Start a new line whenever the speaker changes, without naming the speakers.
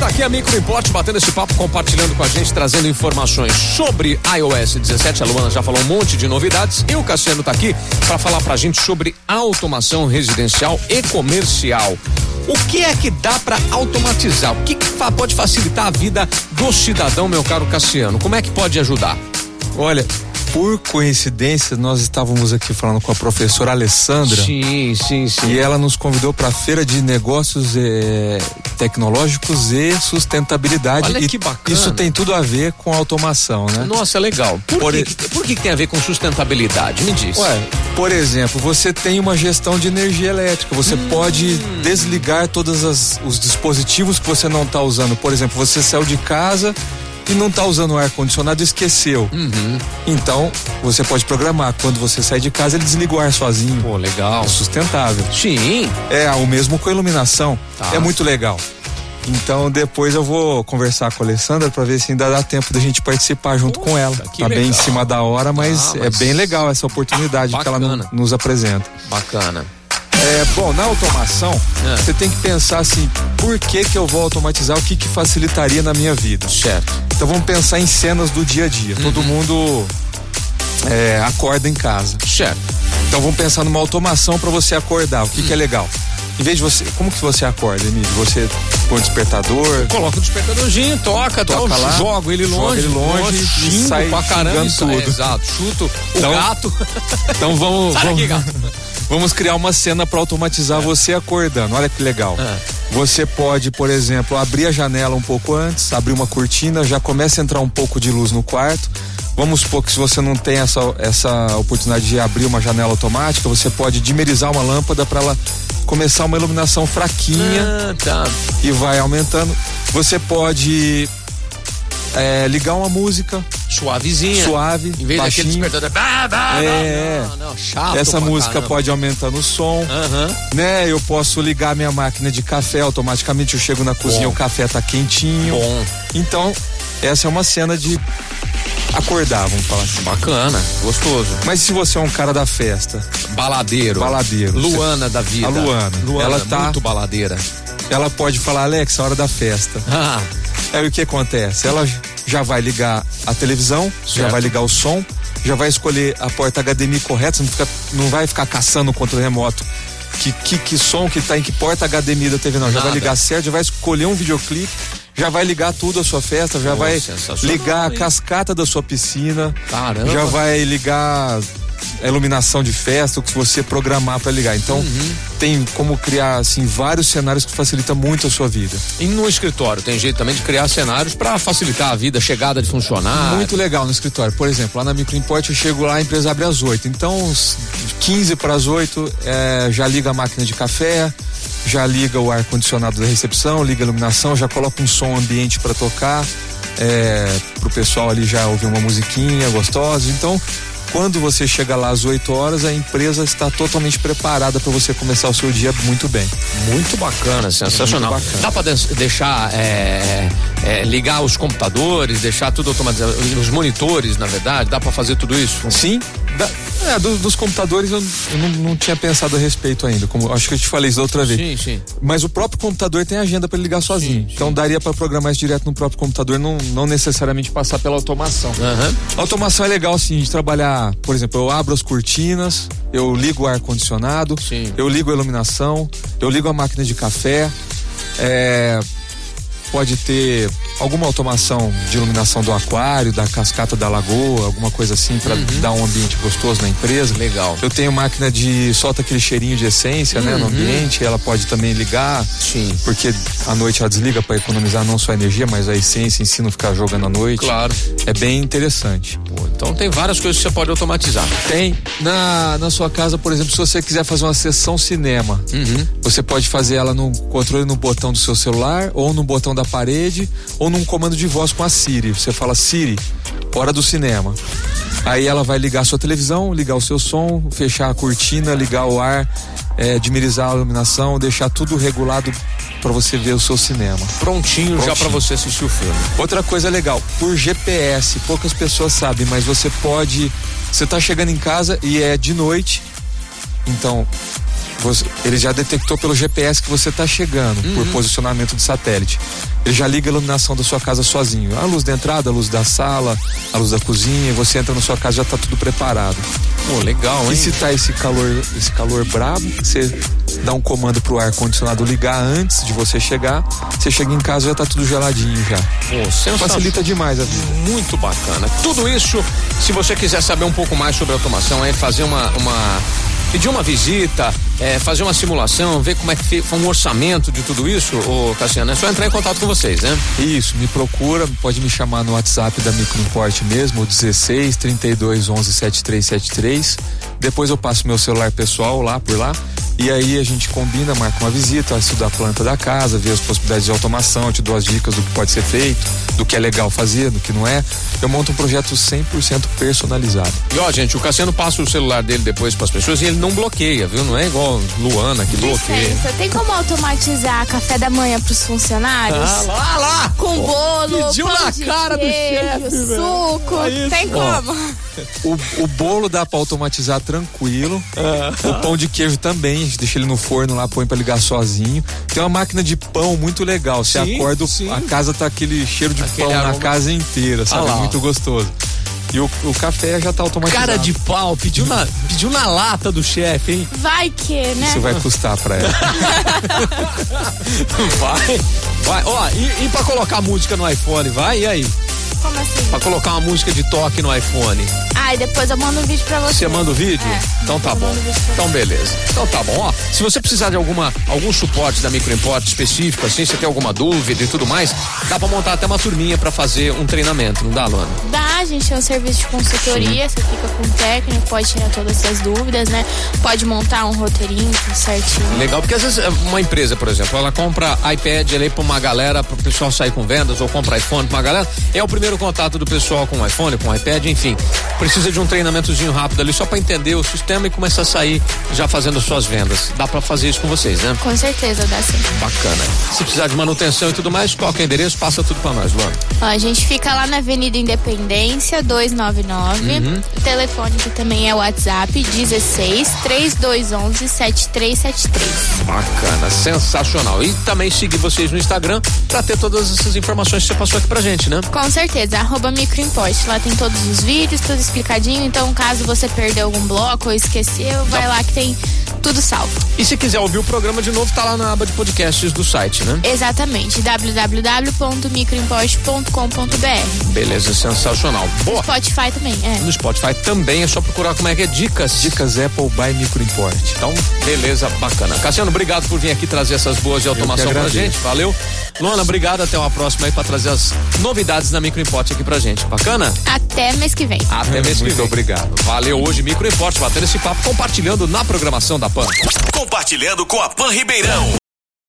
Tá aqui a Micro Import batendo esse papo, compartilhando com a gente, trazendo informações sobre iOS 17. A Luana já falou um monte de novidades e o Cassiano tá aqui para falar pra gente sobre automação residencial e comercial. O que é que dá para automatizar? O que, que fa- pode facilitar a vida do cidadão, meu caro Cassiano? Como é que pode ajudar?
Olha, por coincidência, nós estávamos aqui falando com a professora Alessandra
Sim, sim, sim.
e ela nos convidou para a feira de negócios eh, tecnológicos e sustentabilidade.
Olha
E
que bacana.
Isso tem tudo a ver com automação, né?
Nossa, é legal. Por,
Por
que,
e-
que- por que que tem a ver com sustentabilidade? Me diz.
Ué, por exemplo, você tem uma gestão de energia elétrica, você pode desligar todos os dispositivos que você não está usando. Por exemplo, você saiu de casa e não está usando o ar-condicionado e esqueceu. Então, você pode programar. Quando você sai de casa, ele desliga o ar sozinho.
Pô, legal.
É sustentável.
Sim.
É, o mesmo com a iluminação.
Tá.
É muito legal. Então depois eu vou conversar com a Alessandra para ver se ainda dá tempo da gente participar junto
Poxa,
com ela.
que
Tá bem em
legal.
cima da hora, mas,
Ah, mas-
é bem legal essa oportunidade que ela
Bacana.
no- nos apresenta.
Bacana.
É, bom, na automação,
É.
você tem que pensar assim, por que que eu vou automatizar? O que que facilitaria na minha vida?
Certo.
Então vamos pensar em cenas do dia a dia.
Uhum.
Todo mundo é, acorda em casa.
Certo.
Então vamos pensar numa automação para você acordar. O que, que é legal? Em vez de você. Como que você acorda, Emílio? Você põe um despertador,
Coloca o despertadorzinho, toca,
Toca
tal,
lá,
joga ele
joga
longe,
ele longe e
xingo
sai
pra caramba.
xingando
e sai,
tudo.
Exato. Chuto
Então-
o gato.
Então vamos.
Sai
vamos,
daqui,
É.
gato.
vamos criar uma cena para automatizar você acordando. Olha que legal.
É.
Você pode, por exemplo, abrir a janela um pouco antes, abrir uma cortina, já começa a entrar um pouco de luz no quarto. Vamos supor que se você não tem essa, essa oportunidade de abrir uma janela automática, você pode dimerizar uma lâmpada para ela começar uma iluminação fraquinha.
Ah, tá.
e vai aumentando. Você pode é, ligar uma música
Suavezinha.
suave,
é. Em vez tá daquele
baixinho.
despertador. Bah, bah,
É,
não, não, não, chato.
Essa
pra
música
caramba.
pode aumentar no som,
Aham.
né? Eu posso ligar minha máquina de café automaticamente. Eu chego na cozinha,
Bom.
o café tá quentinho.
Bom,
Então, essa é uma cena de acordar, vamos falar assim.
bacana, gostoso.
Mas se você é um cara da festa,
Baladeiro.
Baladeiro.
Luana da vida.
A Luana. Ela tá-
muito baladeira.
ela pode falar, Alex, a hora da festa.
Ah,
Aí o que acontece? Ela já vai ligar a televisão, já
Certo.
vai ligar o som, já vai escolher a porta HDMI correta, não, fica- não vai ficar caçando o controle remoto. Que, que, que som que tá em que porta HDMI da TV, não. Já vai
Nada.
ligar certo, já vai escolher um videoclipe, já vai ligar tudo a sua festa, já
Pô,
vai
sensacional,
ligar a
hein?
cascata da sua piscina,
Caramba.
já vai ligar a iluminação de festa, o que você programar para ligar. Então,
Uhum.
tem como criar assim vários cenários que facilita muito a sua vida.
e no escritório tem jeito também de criar cenários pra facilitar a vida, chegada de funcionário.
Muito legal no escritório. Por exemplo, lá na Microimport eu chego lá, a empresa abre às 8. Então, uns 15 para as 8, eh, já liga a máquina de café, já liga o ar-condicionado da recepção, liga a iluminação, já coloca um som ambiente para tocar, para pro pessoal ali já ouvir uma musiquinha gostosa. Então, quando você chega lá às 8 horas, a empresa está totalmente preparada para você começar o seu dia muito bem.
Muito bacana, sensacional.
Muito bacana.
Dá pra des- deixar é, é, ligar os computadores, deixar tudo automatizado, os monitores, na verdade, dá pra fazer tudo isso?
Sim. da- é, do- dos computadores eu, eu não, não tinha pensado a respeito ainda. Como, acho que eu te falei isso da outra vez.
Sim, sim.
Mas o próprio computador tem agenda para ligar sozinho.
Sim, sim.
Então daria para programar isso direto no próprio computador, não, não necessariamente passar pela automação.
Aham.
A automação é legal assim de trabalhar, por exemplo, eu abro as cortinas, eu ligo o ar condicionado,
Sim.
eu ligo a iluminação, eu ligo a máquina de café. é, pode ter alguma automação de iluminação do aquário, da cascata da lagoa, alguma coisa assim para dar um ambiente gostoso na empresa.
Uhum. Legal. Uhum.
Eu tenho máquina de solta aquele cheirinho de essência, né, no ambiente. Ela pode também ligar,
Sim.
porque à noite ela desliga para economizar não só a energia, mas a essência em si não ficar jogando à noite.
Claro.
É bem interessante.
Pô, então tem várias coisas que você pode automatizar.
Tem na, na sua casa, por exemplo, se você quiser fazer uma sessão cinema, você pode fazer ela no controle no botão do seu celular, ou no botão da parede, ou num comando de voz com a Siri. Você fala Siri, hora do cinema. Aí ela vai ligar a sua televisão, ligar o seu som, fechar a cortina, ligar o ar, é, diminuir a iluminação, deixar tudo regulado para você ver o seu cinema.
Prontinho, já
Prontinho.
pra você assistir o filme.
Outra coisa legal, por GPS, poucas pessoas sabem, mas você pode. Você tá chegando em casa e é de noite. Então, você- ele já detectou pelo GPS que você está chegando, por posicionamento do satélite. Ele já liga a iluminação da sua casa sozinho. A luz da entrada, a luz da sala, a luz da cozinha, e você entra na sua casa já está tudo preparado.
Pô, legal,
E
hein?
se tá esse calor, esse calor brabo, você dá um comando pro ar condicionado ligar antes de você chegar, você chega em casa já tá tudo geladinho já.
Pô, sensacional.
Facilita demais a
assim.
vida.
muito bacana. Tudo isso, se você quiser saber um pouco mais sobre automação, aí fazer uma, uma pedir uma visita, eh, fazer uma simulação, ver como é que fica um orçamento de tudo isso, ô Cassiano, é só entrar em contato com vocês, né?
Isso, me procura, pode me chamar no WhatsApp da Microimport mesmo, o 16 32 11 7373. Depois eu passo meu celular pessoal lá por lá. E aí a gente combina, marca uma visita, estuda a planta da casa, vê as possibilidades de automação, te dou as dicas do que pode ser feito, do que é legal fazer, do que não é. Eu monto um projeto 100% personalizado.
E ó, gente, o Cassiano passa o celular dele depois pras pessoas e ele não bloqueia, viu? Não é igual Luana que bloqueia.
Licença, tem como automatizar café da manhã pros funcionários?
Ah, lá, lá!
Com bolo,
pediu
pão
na
de
cara do
queijo,
chefe, velho.
suco,
Aí,
tem
ó.
como?
O, o bolo dá pra automatizar tranquilo.
É.
O pão de queijo também, a gente deixa ele no forno lá, põe pra ligar sozinho. Tem uma máquina de pão muito legal. Você
Sim,
acorda, o-
sim.
a casa tá aquele cheiro de
Aquele
pão
aroma.
na casa inteira, sabe?
Ah lá, ó.
muito gostoso. E o, o café já tá automatizado.
Cara de pau, pediu na, pediu na lata do chefe, hein?
Vai que, né?
Isso vai custar pra ela.
Vai, vai. Ó, e, e pra colocar música no iPhone, vai? E aí?
Como assim?
Pra colocar uma música de toque no iPhone.
Ai, depois eu mando um vídeo pra você.
Você manda o vídeo?
É.
Então tá
Eu
bom.
mando o vídeo pra
Então beleza. Então tá bom. Ó, se você precisar de alguma, algum suporte da Microimport específico, assim, você tem alguma dúvida e tudo mais, dá pra montar até uma turminha pra fazer um treinamento, não dá, Luana?
Dá, gente, é um serviço de consultoria, você fica com o técnico, pode tirar todas as suas dúvidas, né? Pode montar um roteirinho tudo certinho.
Legal, porque às vezes é, uma empresa, por exemplo, ela compra iPad ali pra uma galera, pro pessoal sair com vendas, ou compra iPhone pra uma galera, é o primeiro contato do pessoal com o iPhone, com o iPad, enfim. Precisa de um treinamentozinho rápido ali só pra entender o sistema e começar a sair já fazendo suas vendas. Dá pra fazer isso com vocês, né?
Com certeza, dá sim.
Bacana. Se precisar de manutenção e tudo mais, qualquer endereço, passa tudo pra nós, Luana.
Ó, a gente fica lá na Avenida Independência 299. O telefone que também é o WhatsApp 16 3211 7373.
Bacana, sensacional. E também seguir vocês no Instagram pra ter todas essas informações que você passou aqui pra gente, né?
Com certeza, arroba microimporte. Lá tem todos os vídeos, tudo explicadinho. Então, caso você perdeu algum bloco ou esqueceu, vai lá que tem tudo salvo.
E se quiser ouvir o programa de novo, tá lá na aba de podcasts do site, né?
Exatamente, www.microimporte.com.br.
Beleza, sensacional. Boa.
Spotify também, é.
No Spotify também é só procurar como é que é dicas.
Dicas Apple by Microimport.
Então, beleza, bacana. Cassiano, obrigado por vir aqui trazer essas boas de automação pra
agradeço.
gente. Valeu. Luana, obrigado. Até uma próxima aí pra trazer as novidades da Microimport aqui pra gente. Bacana?
Até mês que vem.
Até mês que
Muito
vem.
obrigado.
Valeu hoje, Microimport, batendo esse papo, compartilhando na programação da PAN.
Compartilhando com a Pan Ribeirão.